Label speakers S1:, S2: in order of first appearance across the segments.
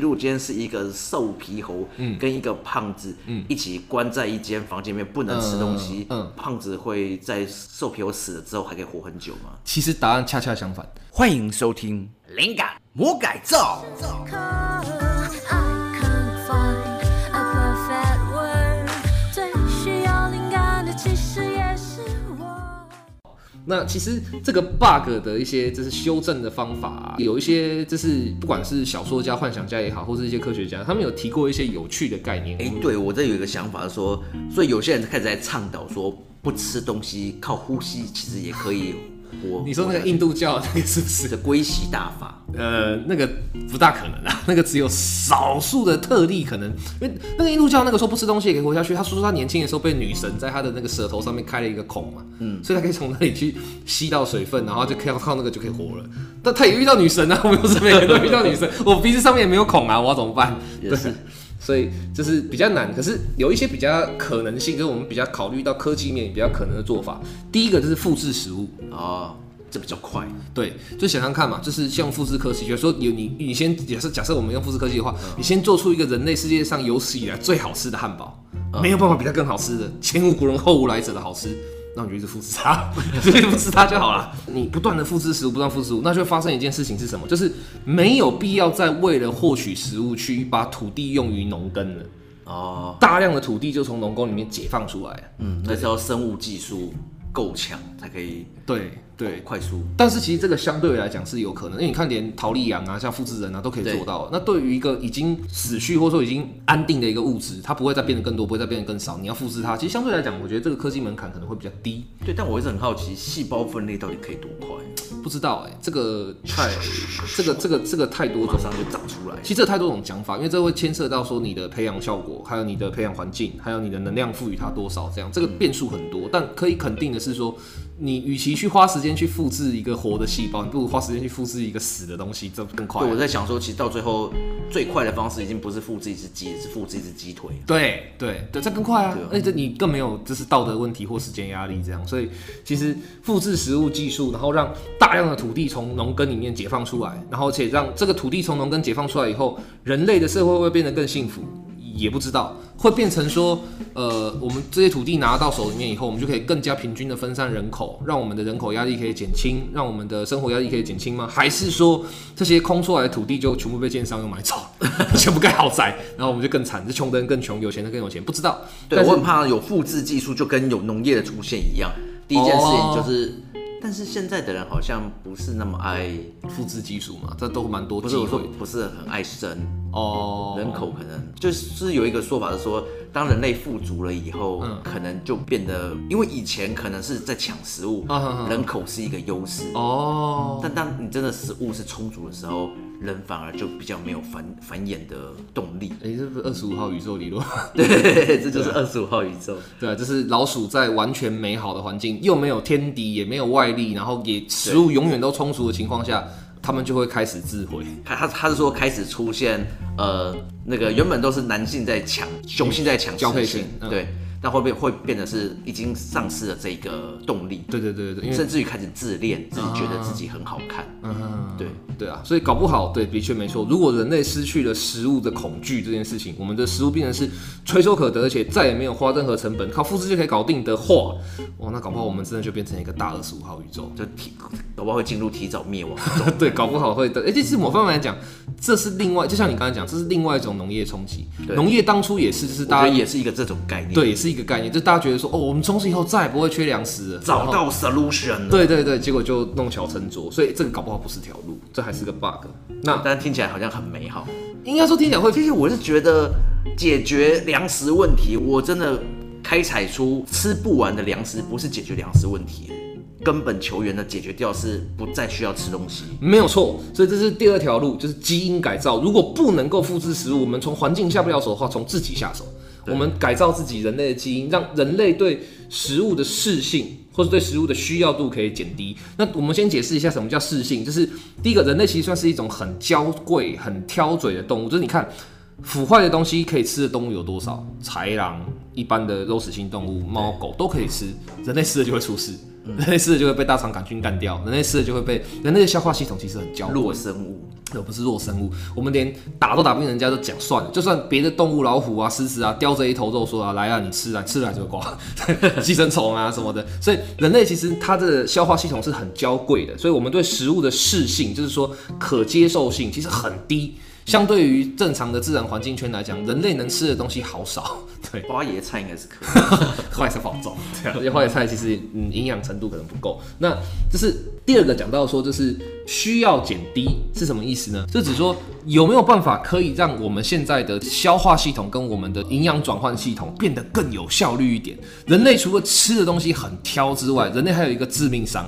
S1: 如果今天是一个瘦皮猴，
S2: 嗯
S1: 跟一个胖子，
S2: 嗯
S1: 一起关在一间房间里面不能吃东西，
S2: 嗯嗯嗯
S1: 胖子会在瘦皮猴死了之后还可以活很久吗？
S2: 其实答案恰恰相反。
S3: 欢迎收听《灵感魔改造》。
S4: Oh, I can't find a perfect word，最需要灵感的其实也是我。
S2: 那其实这个 bug 的一些就是修正的方法、啊，有一些就是不管是小说家、幻想家也好，或是一些科学家，他们有提过一些有趣的概念。
S1: 哎、对我这有一个想法说，所以有些人开始在倡导说，不吃东西靠呼吸其实也可以活。
S2: 你说那个印度教那个是不是？
S1: 的归习大法，
S2: 呃，那个不大可能啊， 那个只有少数的特例可能，因为那个印度教那个时候不吃东西也可以活下去。他说他年轻的时候被女神在他的那个舌头上面开了一个孔嘛，嗯，所以他可以从那里去吸到水分，然后就靠靠那个就可以活了。但他也遇到女神啊，我们不是每个人都遇到 女神，我鼻子上面也没有孔啊，我要怎么办？
S1: 也是
S2: 对。所以就是比较难，可是有一些比较可能性，跟我们比较考虑到科技面比较可能的做法。第一个就是复制食物，
S1: 哦，这比较快。
S2: 对，就想想看嘛，就是像富士科技，就是说有你，你先假设假设我们用富士科技的话，你先做出一个人类世界上有史以来最好吃的汉堡，没有办法比它更好吃的，前无古人后无来者的好吃。那你就一直复制它， 就一直复制它就好了。你不断的复制食物，不断地复制食物，那就会发生一件事情是什么？就是没有必要再为了获取食物去把土地用于农耕了。
S1: 哦，
S2: 大量的土地就从农耕里面解放出来了。
S1: 嗯，那是要生物技术够强才可以
S2: 对对，
S1: 快速。
S2: 但是其实这个相对来讲是有可能，因为你看连陶丽羊啊，像复制人啊都可以做到。那对于一个已经死去或者说已经安定的一个物质，它不会再变得更多，不会再变得更少。你要复制它，其实相对来讲，我觉得这个科技门槛可能会比较低。
S1: 对，但我一直很好奇，细胞分裂到底可以多快？
S2: 不知道哎、这个太，这个这个这个太多种
S1: 马上就长出来。
S2: 其实这有太多种讲法，因为这会牵涉到说你的培养效果，还有你的培养环境，还有你的能量赋予它多少，这样这个变数很多。但可以肯定的是说，你与其去花时间去复制一个活的细胞，你不如花时间去复制一个死的东西，这更快
S1: 对，。我在想说，其实到最后最快的方式已经不是复制一只鸡，是复制一只鸡腿。
S2: 对对对，这更快啊
S1: 对啊！
S2: 而且你更没有就是道德问题或时间压力这样，所以其实复制食物技术，然后让大量的土地从农耕里面解放出来，然后且让这个土地从农耕解放出来以后，人类的社会会不会变得更幸福，也不知道会变成说，呃，我们这些土地拿到手里面以后，我们就可以更加平均的分散人口，让我们的人口压力可以减轻，让我们的生活压力可以减轻吗？还是说这些空出来的土地就全部被建商又买走了， 全部盖豪宅，然后我们就更惨，这穷的人更穷，有钱的更有钱，不知道。
S1: 对，
S2: 但是
S1: 我很怕有复制技术就跟有农业的出现一样，第一件事
S2: 哦
S1: 情就是，但是现在的人好像不是那么爱，
S2: 复制技术嘛，这都蛮多
S1: 不
S2: 机
S1: 是我
S2: 会
S1: 说不是很爱生。
S2: 哦。
S1: 人口可能就是有一个说法是说，当人类富足了以后，
S2: 嗯
S1: 可能就变得，因为以前可能是在抢食物，
S2: 啊啊啊
S1: 人口是一个优势，
S2: 哦，
S1: 但当你真的食物是充足的时候，人反而就比较没有繁繁衍的动力。
S2: 哎、这不是二十五号宇宙理论？
S1: 对，这
S2: 啊
S1: 就是二十五号宇宙。
S2: 对啊，就是老鼠在完全美好的环境，又没有天敌，也没有外力，然后也食物永远都充足的情况下，它们就会开始自毁。
S1: 他他他是说开始出现呃那个原本都是男性在抢，雄性在抢
S2: 交配
S1: 雌性
S2: 权嗯
S1: 对，但会不会会变得是已经丧失了这个动力，
S2: 对对对对，因为
S1: 甚至于开始自恋，自己觉得自己很好看。
S2: 嗯，
S1: 对，
S2: 对啊，所以搞不好，对，的确没错。如果人类失去了食物的恐惧这件事情，我们的食物变成是垂手可得，而且再也没有花任何成本，靠复制就可以搞定的话，哇，那搞不好我们真的就变成一个大二十五号宇 宙。
S1: 就提，搞不好会进入提早灭 亡。
S2: 对，搞不好会的。而且是某方面来讲，这是另外，就像你刚才讲，这是另外一种农业冲击。
S1: 对
S2: 农业当初也是，就是
S1: 我觉
S2: 大
S1: 得
S2: 家
S1: 也是一个这种概念，，
S2: 对，也是一个概念，就大家觉得说，哦，我们从此以后再也不会缺粮食了，
S1: 找
S2: 然后。
S1: 到 solution 了。，
S2: 对对对，结果就弄巧成拙，所以这个搞不好不是条路，这还是个 bug。那
S1: 但听起来好像很美好。
S2: 应该说听起来会，
S1: 其实我是觉得解决粮食问题，我真的开采出吃不完的粮食，不是解决粮食问题，根本球员的解决掉是不再需要吃东西。
S2: 没有错，所以这是第二条路，就是基因改造。如果不能够复制食物，我们从环境下不了手的话，从自己下手。我们改造自己人类的基因，让人类对食物的适性，或是对食物的需要度可以减低。那我们先解释一下什么叫适性，就是第一个，人类其实算是一种很娇贵、很挑嘴的动物，就是你看。腐坏的东西可以吃的动物有多少？豺狼、一般的肉食性动物、猫狗都可以吃，人类吃了就会出事。人类吃了就会被大肠杆菌干掉，人类吃了就会被人类的消化系统其实很娇弱。
S1: 弱生物，
S2: 呃，不是弱生物，我们连打都打不赢人家，都讲算了。就算别的动物，老虎啊、狮子啊，叼着一头肉说啊，来啊，你吃啊，吃了还是会挂， 寄生虫啊什么的。所以人类其实它的消化系统是很娇贵的，所以我们对食物的适性，就是说可接受性，其实很低。相对于正常的自然环境圈来讲，人类能吃的东西好少， 对。
S1: 花椰菜应该是可以。
S2: 坏菜保重，对啊，这些坏菜其实嗯营养程度可能不够。那这是第二个讲到说，就是需要减低是什么意思呢？就只说有没有办法可以让我们现在的消化系统跟我们的营养转换系统变得更有效率一点。人类除了吃的东西很挑之外，人类还有一个致命伤。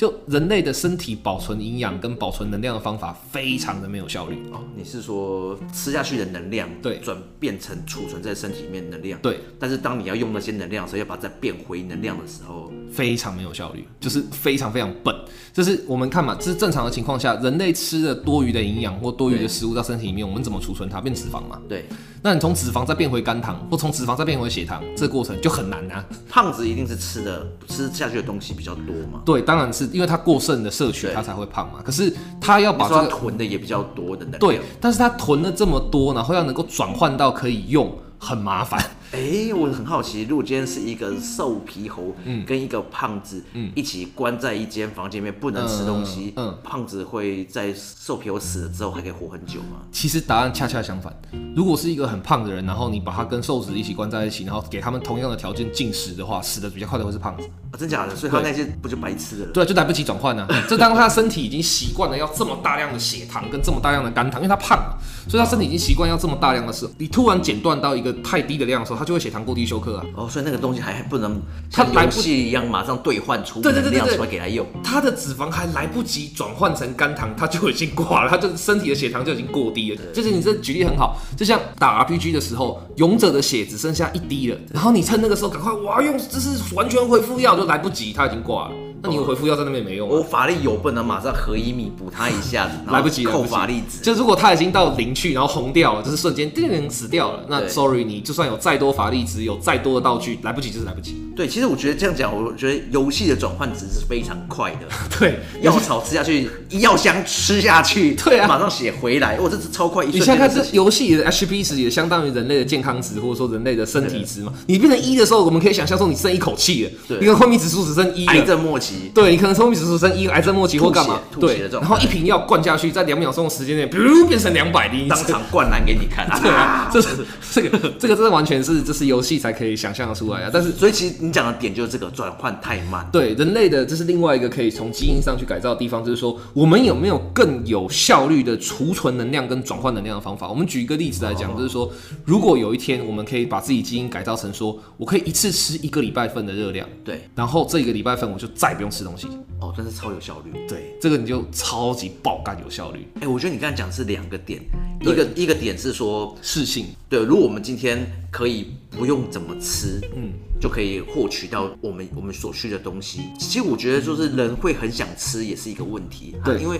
S2: 就人类的身体保存营养跟保存能量的方法非常的没有效率，
S1: 哦，你是说吃下去的能量，
S2: 对
S1: 转变成储存在身体里面的能量，
S2: 对。
S1: 但是当你要用那些能量的时候，要把它再变回能量的时候，
S2: 非常没有效率，就是非常非常笨。就是我们看嘛，这是正常的情况下，人类吃的多余的营养或多余的
S1: 对
S2: 食物到身体里面，我们怎么储存它变脂肪嘛？
S1: 对，
S2: 那你从脂肪再变回肝糖，或从脂肪再变回血糖，这个过程就很难啊。
S1: 胖子一定是吃的吃下去的东西比较多嘛，
S2: 对，当然是因为它过剩的摄取，
S1: 对
S2: 它才会胖嘛。可是它要
S1: 你
S2: 把这
S1: 说他
S2: 个
S1: 囤的也比较多的能量，
S2: 对，但是它囤了这么多，然后要能够转换到可以用，很麻烦。
S1: 哎、我很好奇，如果今天是一个瘦皮猴，
S2: 嗯
S1: 跟一个胖子，一起关在一间房间里面不能吃东西，
S2: 嗯嗯
S1: 胖子会在瘦皮猴死了之后还可以活很久吗？
S2: 其实答案恰恰相反。如果是一个很胖的人，然后你把他跟瘦子一起关在一起，然后给他们同样的条件进食的话，死的比较快的会是胖子。
S1: 啊，真假的？所以他那些不就白吃的了？
S2: 对啊，就来不及转换呢。这当他身体已经习惯了要这么大量的血糖跟这么大量的肝糖，因为他胖嘛，所以他身体已经习惯要这么大量的时候，你突然剪断到一个太低的量的时候，他就会血糖过低休克啊。
S1: 哦，所以那个东西还还不能
S2: 它
S1: 像
S2: 来
S1: 游
S2: 不
S1: 戏一样马上兑换出
S2: 对对对
S1: 能
S2: 对
S1: 量
S2: 对
S1: 出来给他用。
S2: 他的脂肪还来不及转换成肝糖，他就已经挂了，他就身体的血糖就已经过低了。就是你这举例很好，就像打 RPG 的时候，勇者的血只剩下一滴了，然后你趁那个时候赶快，哇，用这是完全恢复药就来不及，他已经挂了。那你有恢复药在那边也没用、啊，
S1: 我法力有不能马上合一弥补他一下子，然后
S2: 来不及
S1: 扣
S2: 来不及
S1: 法力值。
S2: 就如果他已经到零去，然后红掉了，就是瞬间叮铃死掉了。那
S1: 对
S2: sorry，你就算有再多法力值，有再多的道具，来不及就是来不及。
S1: 对，其实我觉得这样讲，我觉得游戏的转换值是非常快的。
S2: 对，
S1: 药草吃下去，药香吃下去，
S2: 对啊
S1: 马上血回来，哦我这是超快一
S2: 你
S1: 瞬
S2: 现
S1: 间
S2: 在
S1: 的
S2: 看这
S1: 事情。
S2: 游戏的 HP 值也相当于人类的健康值，或者说人类的身体值嘛。你变成一的时候，我们可以想象说你剩一口气了，
S1: 对
S2: 你的昏迷指数只剩一了
S1: 癌症末期，
S2: 对你可能昏迷指数剩一，癌症末期或干嘛？
S1: 吐血吐血
S2: 对
S1: 的，状
S2: 然
S1: 态
S2: 后一瓶药灌下去，在两秒钟的时间内，噗变成两百滴，
S1: 当场灌篮给你看。
S2: 对啊，这是这个这个真的完全是这是游戏才可以想象得出来啊。但是
S1: 所以其实你讲的点就是这个转换太慢，
S2: 对人类的，这是另外一个可以从基因上去改造的地方，就是说我们有没有更有效率的储存能量跟转换能量的方法？我们举一个例子来讲，就是说，如果有一天我们可以把自己基因改造成说，我可以一次吃一个礼拜份的热量，
S1: 对，
S2: 然后这一个礼拜份我就再也不用吃东西，
S1: 哦，真是超有效率。对，
S2: 这个你就超级爆干有效率，
S1: 哎、我觉得你刚才讲的是两个点，
S2: 对
S1: 一个一个点是说，
S2: 适性。
S1: 对，如果我们今天可以不用怎么吃，嗯，就可以获取到我们我们所需的东西。其实我觉得就是人会很想吃，也是一个问题，啊
S2: 对
S1: 因为。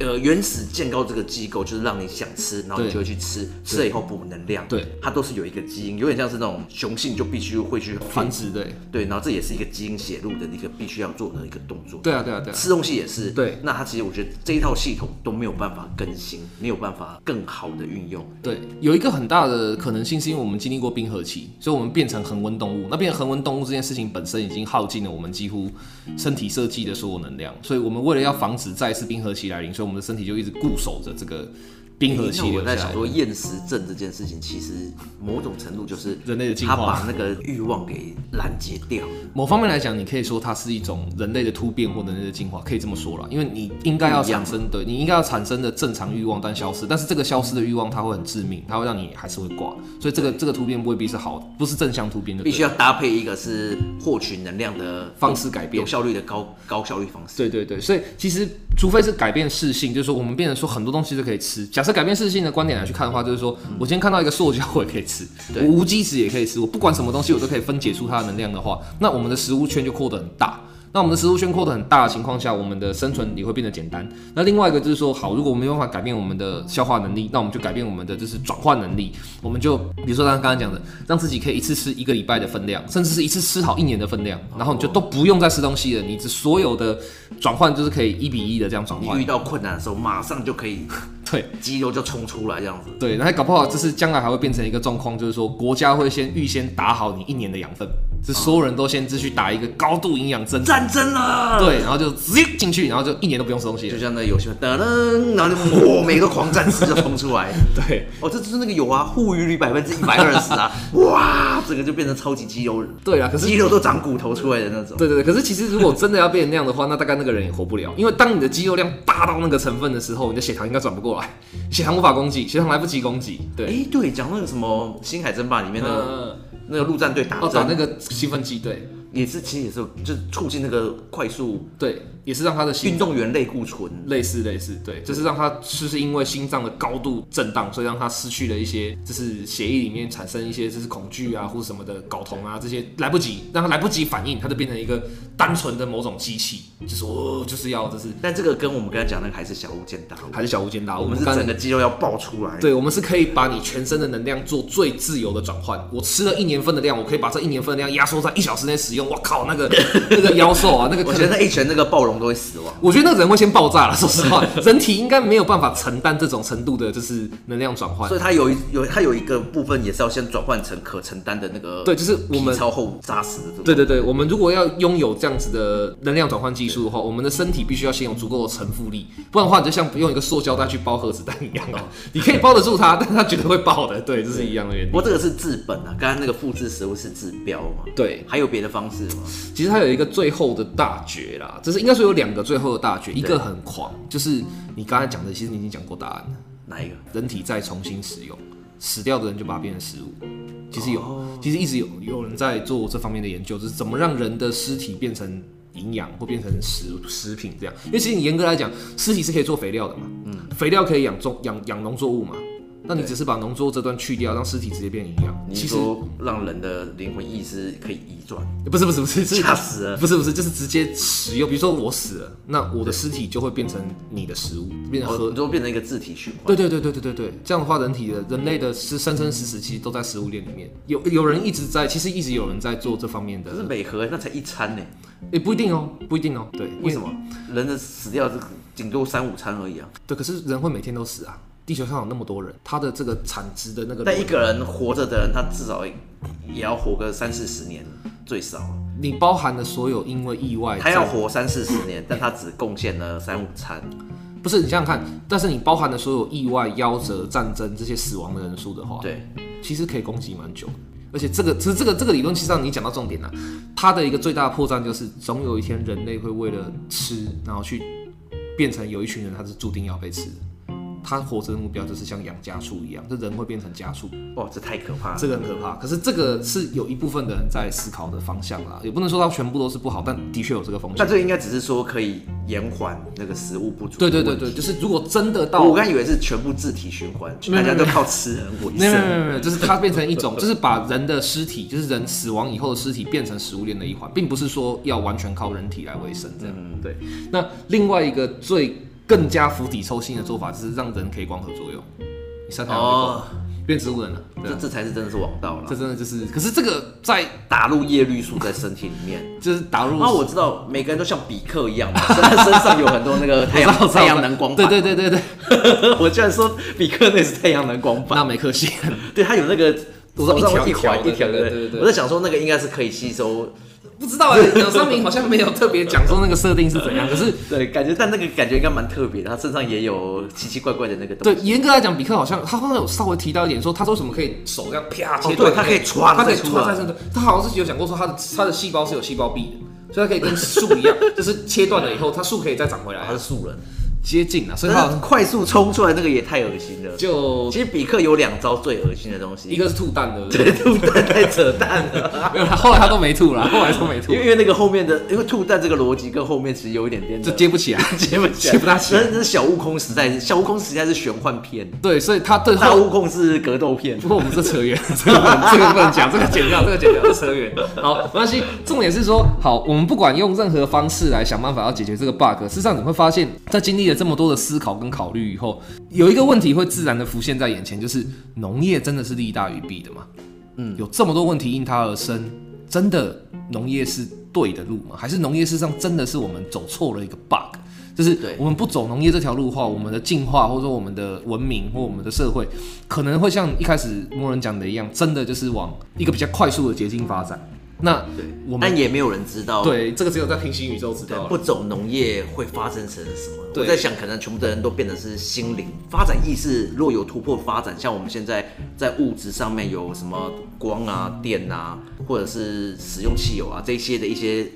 S1: 呃，原始建构这个机构就是让你想吃，然后你
S2: 对
S1: 就会去吃，吃了以后补能量。
S2: 对
S1: 它都是有一个基因，有点像是那种雄性就必须会去
S2: 繁殖对，
S1: 对，然后这也是一个基因写入的一个必须要做的一个动作。
S2: 对啊，对啊，对啊，
S1: 吃东西也是。
S2: 对
S1: 那它其实我觉得这一套系统都没有办法更新，没有办法更好的运用。
S2: 对，有一个很大的可能性，是因为我们经历过冰河期，所以我们变成恒温动物。那变成恒温动物这件事情本身已经耗尽了我们几乎身体设计的所有能量，所以我们为了要防止再次冰河期来临，所以我们的身体就一直固守着这个冰河期
S1: 那
S2: 留
S1: 我
S2: 下
S1: 在
S2: 来
S1: 想
S2: 的。
S1: 说，厌食症这件事情，其实某种程度就是
S2: 人类的进
S1: 它
S2: 化
S1: 把那个欲望给拦截掉。
S2: 某方面来讲，你可以说它是一种人类的突变或人类的进化，可以这么说啦。因为你应该要产生对，你应该要产嗯生的正常欲望，但消失，但是这个消失的欲望它会很致命，它会让你还是会挂。所以这个这个突变未必是好，不是正向突变的，
S1: 必须要搭配一个是获取能量的
S2: 方式改变
S1: 有效率的高高效率方式。
S2: 对对对，所以其实除非是改变视性，就是说我们变成说很多东西都可以吃。假设改变视性的观点来去看的话，就是说我今天看到一个塑胶，我也可以吃，我
S1: 对
S2: 无机质也可以吃，我不管什么东西我都可以分解出它的能量的话，那我们的食物圈就扩得很大。那我们的食物圈扩得很大的情况下，我们的生存也会变得简单。那另外一个就是说，好，如果我们没有办法改变我们的消化能力，那我们就改变我们的就是转换能力。我们就比如说刚刚刚才讲的，让自己可以一次吃一个礼拜的分量，甚至是一次吃好一年的分量，然后你就都不用再吃东西了，你这所有的转换就是可以一比一的这样转
S1: 你
S2: 换
S1: 遇。到困难的时候，马上就可以
S2: 对，
S1: 肌肉就冲出来这样子。
S2: 对，那搞不好这是将来还会变成一个状况，就是说国家会先预先打好你一年的养分，是所有人都先继续打一个高度营养针，
S1: 战争了，
S2: 对，然后就直接进去，然后就一年都不用吃东西
S1: 就
S2: 了。
S1: 像那游戏，噔噔，然后就哇，每个狂战士就冲出 来。
S2: 对
S1: 哦，这就是那个有啊，护鱼率百分之一百二十啊，哇，整个就变成超级肌肉人，
S2: 对啊，可是
S1: 肌肉都长骨头出来的那种。
S2: 对对对，可是其实如果真的要变成那样的话，那大概那个人也活不了，因为当你的肌肉量大到那个成分的时候，你的血糖应该转不过来，血糖无法供给，血糖来不及供给。对，
S1: 哎， 对，讲那个什么《星海争霸》里面那个、
S2: 呃，
S1: 那个陆战队打
S2: 哦，打
S1: 仗，
S2: 那个兴奋剂，对
S1: 也是其实也是就是促进那个快速
S2: 对，也是让他的心
S1: 运动员类固醇。
S2: 类似类似，对，就是让他就是因为心脏的高度震荡，所以让他失去了一些，就是血液里面产生一些就是恐惧啊或者什么的睾酮啊这些来不及，让他来不及反应，他就变成一个单纯的某种机器，就是哦就是要就是
S1: 但这个跟我们刚才讲那个还是小巫见大巫，
S2: 还是小巫见大巫，
S1: 我们是
S2: 刚才
S1: 整个肌肉要爆出来。
S2: 对，我们是可以把你全身的能量做最自由的转换。我吃了一年份的量，我可以把这一年份的量压缩在一小时内使用。我靠，那个那个妖兽啊，那个
S1: 我
S2: 可
S1: 觉得
S2: 能。
S1: 那一拳那个暴龙都会死亡。
S2: 我觉得那个人会先爆炸了，说实话，人体应该没有办法承担这种程度的，就是能量转换
S1: 所。以它有一有它有一个部分也是要先转换成可承担的那个，
S2: 对就是我们
S1: 超后扎实的这种。
S2: 对对对，我们如果要拥有这样子的能量转换技术的话，我们的身体必须要先有足够的承负力，不然的话你就像用一个塑胶袋去包核子弹一样啊，你可以包得住它，但它绝对会爆的。对，这是一样的原
S1: 不过。
S2: 理
S1: 这个是治本啊，刚刚那个复制食物是治标嘛？
S2: 对
S1: 还有别的方式吗？
S2: 其实它有一个最后的大绝啦，就是应该说有两个最后的大绝，一个很狂，就是你刚才讲的，其实你已经讲过答案了，
S1: 哪一个？
S2: 人体再重新使用，死掉的人就把它变成食物。其实有，
S1: 哦
S2: 其实一直有有人在做这方面的研究，就是怎么让人的尸体变成营养或变成食
S1: 嗯
S2: 食品这样。因为其实你严格来讲，尸体是可以做肥料的嘛，嗯，肥料可以养种养养农作物嘛，那你只是把农作物这段去掉，让尸体直接变营养。
S1: 你
S2: 其
S1: 是
S2: 实
S1: 说让人的灵魂意识可以移转，
S2: 不是不是不是，是
S1: 吓死了
S2: 不是不是，就是直接使用。比如说我死了，那我的尸体就会变成你的食物，变成
S1: 哦
S2: 喝
S1: 你。就变成一个自体循环。
S2: 对对对对对对对，这样的话，人体的人类的是生生死死其实都在食物链里面。有有人一直在，其实一直有人在做这方面的
S1: 可，是每盒那才一餐呢，
S2: 也不一定哦，不一定哦。对，因
S1: 为什么？人的死掉是顶多三五餐而已啊，
S2: 对，可是人会每天都死啊。地球上有那么多人，他的这个产值的那个，
S1: 但一个人活着的人，他至少也也要活个三四十年，最少啊。
S2: 你包含了所有因为意外，
S1: 他要活三四十年，但他只贡献了三五餐。
S2: 不是你想想看，但是你包含了所有意外、夭折、战争这些死亡的人数的话，
S1: 对，
S2: 其实可以攻击蛮久的。而且这个，其实这个这个理论，其实上你讲到重点了、它的一个最大的破绽就是，总有一天人类会为了吃，然后去变成有一群人他是注定要被吃的。他活着的目标就是像养家畜一样，这人会变成家畜，
S1: 哇，这太可怕了。
S2: 这个很可怕。可是这个是有一部分的人在思考的方向啦，也不能说它全部都是不好，但的确有这个风
S1: 但
S2: 险。
S1: 这应该只是说可以延缓那个食物不足。
S2: 对对对对，。就是如果真的到
S1: 我刚以为是全部自体循环，大家都靠吃人为
S2: 没有没有没有
S1: 生。
S2: 没有，就是它变成一种，就是把人的尸体，就是人死亡以后的尸体变成食物链的一环，并不是说要完全靠人体来维生这样。
S1: 嗯
S2: 对。那另外一个最更加釜底抽薪的做法，就是让人可以光合作用，你晒太阳就够了，变植物人了。对
S1: 哦这
S2: 啊
S1: 这才是真的是王道
S2: 这
S1: 了，
S2: 真的就是，可是这个在
S1: 打入叶绿素在身体里面。
S2: 就是打入
S1: 然啊后我知道每个人都像比克一样嘛，身 身上有很多那个太阳太阳能光板。
S2: 对对对对 对，
S1: 对，我居然说比克那是太阳能 光板，
S2: 那没可惜。
S1: 对，它有那个
S2: 我知道
S1: 手上
S2: 一
S1: 一
S2: 条
S1: 条
S2: 一条
S1: 一
S2: 的
S1: 条的。
S2: 对对对
S1: 我在想说那个应该是可以吸收，
S2: 不知道哎、欸，鸟山明好像没有特别讲说那个设定是怎样，可是
S1: 对，感觉但那个感觉应该蛮特别的，它身上也有奇奇怪怪的那个东
S2: 对，
S1: 西。
S2: 严格来讲，比克好像他好像有稍微提到一点说，他说为什么可以手这样啪切
S1: 哦
S2: 断、哎
S1: 对他可以歘
S2: 他可以
S1: 再出
S2: 歘
S1: 来
S2: 在身的，他好像是有讲过说他的他的细胞
S1: 哦
S2: 是有细胞壁的，所以他可以跟树一样，就是切断了以后，它树可以再长回来
S1: 他。是素人，
S2: 接近了，所以他
S1: 但
S2: 好
S1: 是
S2: 像
S1: 快速冲出来那个也太恶心了。
S2: 就
S1: 其实比克有两招最恶心的东西，
S2: 一个是吐蛋的，
S1: 对吐蛋太扯淡了，
S2: 没有啦，后来他都没吐了，后来都没吐
S1: 因，为因为那个后面的，因为吐蛋这个逻辑跟后面其实有一点点的
S2: 就接不起来。
S1: 接不起来，
S2: 接不大起来
S1: 那那小悟空实在是小悟空实在是玄幻片，
S2: 对，所以他对
S1: 大
S2: 后
S1: 悟空是格斗片
S2: 不。过我们这扯远， 这个不能，这个不能讲，这个剪掉，这个剪掉，这扯远。好，没关系。重点是说，好，我们不管用任何方式来想办法要解决这个 bug，事实上你会发现，在经历了这么多的思考跟考虑以后，有一个问题会自然的浮现在眼前，就是农业真的是利大于弊的吗？嗯，有这么多问题因它而生，真的农业是对的路吗？还是农业事实上真的是我们走错了一个 bug？就是
S1: 对
S2: 我们不走农业这条路的话，我们的进化或者说我们的文明或我们的社会，可能会像一开始莫人讲的一样，真的就是往一个比较快速的捷径发展。那
S1: 对，
S2: 我们
S1: 但也没有人知道，
S2: 对这个只有在平行宇宙知道
S1: 不
S2: 了。
S1: 走农业会发生成什么？
S2: 对
S1: 我在想，可能全部的人都变得是心灵发展意识，若有突破发展，像我们现在在物质上面有什么光啊、电啊，或者是使用汽油啊这些的一些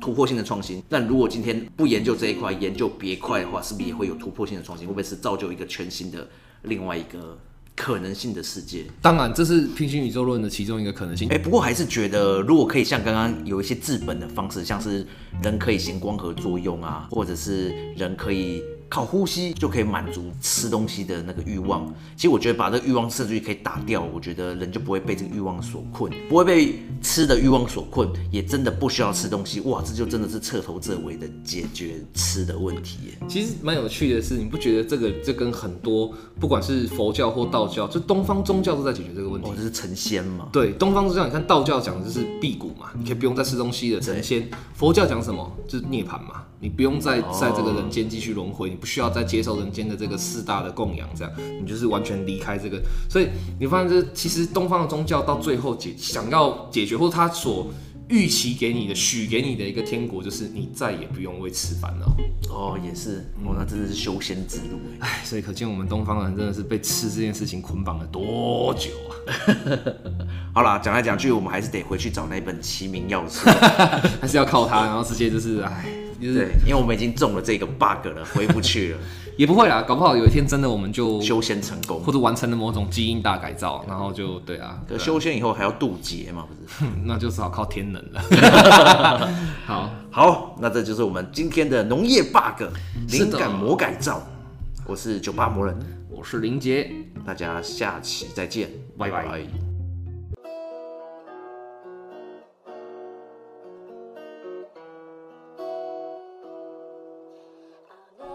S1: 突破性的创新。但如果今天不研究这一块，研究别块的话，是不是也会有突破性的创新？会不会是造就一个全新的另外一个可能性的世界？
S2: 当然，这是平行宇宙论的其中一个可能性
S1: 哎、。不过还是觉得，如果可以像刚刚有一些治本的方式，像是人可以行光合作用啊，或者是人可以靠呼吸就可以满足吃东西的那个欲望。其实我觉得把这个欲望甚至于可以打掉，我觉得人就不会被这个欲望所困，不会被吃的欲望所困，也真的不需要吃东西。哇，这就真的是彻头彻尾的解决吃的问题耶。
S2: 其实蛮有趣的是，你不觉得这个这跟很多不管是佛教或道教，就东方宗教都在解决这个问题
S1: 哦，。这是成仙嘛？
S2: 对，东方宗教，你看道教讲的就是辟谷嘛，你可以不用再吃东西了，成仙。佛教讲什么？就是涅槃嘛，你不用再在这个人间继续轮回，你不需要再接受人间的这个四大的供养，这样你就是完全离开这个。所以你发现这其实东方的宗教到最后解想要解决，或者他所预期给你的、许给你的一个天国，就是你再也不用为此烦恼。
S1: 哦，也是，哦，那真的是修仙之路耶。
S2: 唉，所以可见我们东方人真的是被吃这件事情捆绑了多久啊！
S1: 好啦，讲来讲去，我们还是得回去找那本《齐名要匙》。
S2: 还是要靠它，然后直接就是唉，就是
S1: 对，因为我们已经中了这个 bug 了，回不去 了，
S2: 也不会啦，搞不好有一天真的我们就
S1: 修仙成 功
S2: 或。者完成了某种基因大改造，然后就对啊，
S1: 可修仙以后还要渡劫嘛，不是？
S2: 嗯那就只好靠天能了。 好，
S1: 好，那这就是我们今天的农业 bug
S2: 是
S1: 灵
S2: 的
S1: 感魔改造。我是酒吧魔人，
S2: 我是林杰，
S1: 大家下期再见，
S2: 拜拜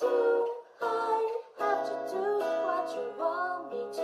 S4: do I have to do what you want me to?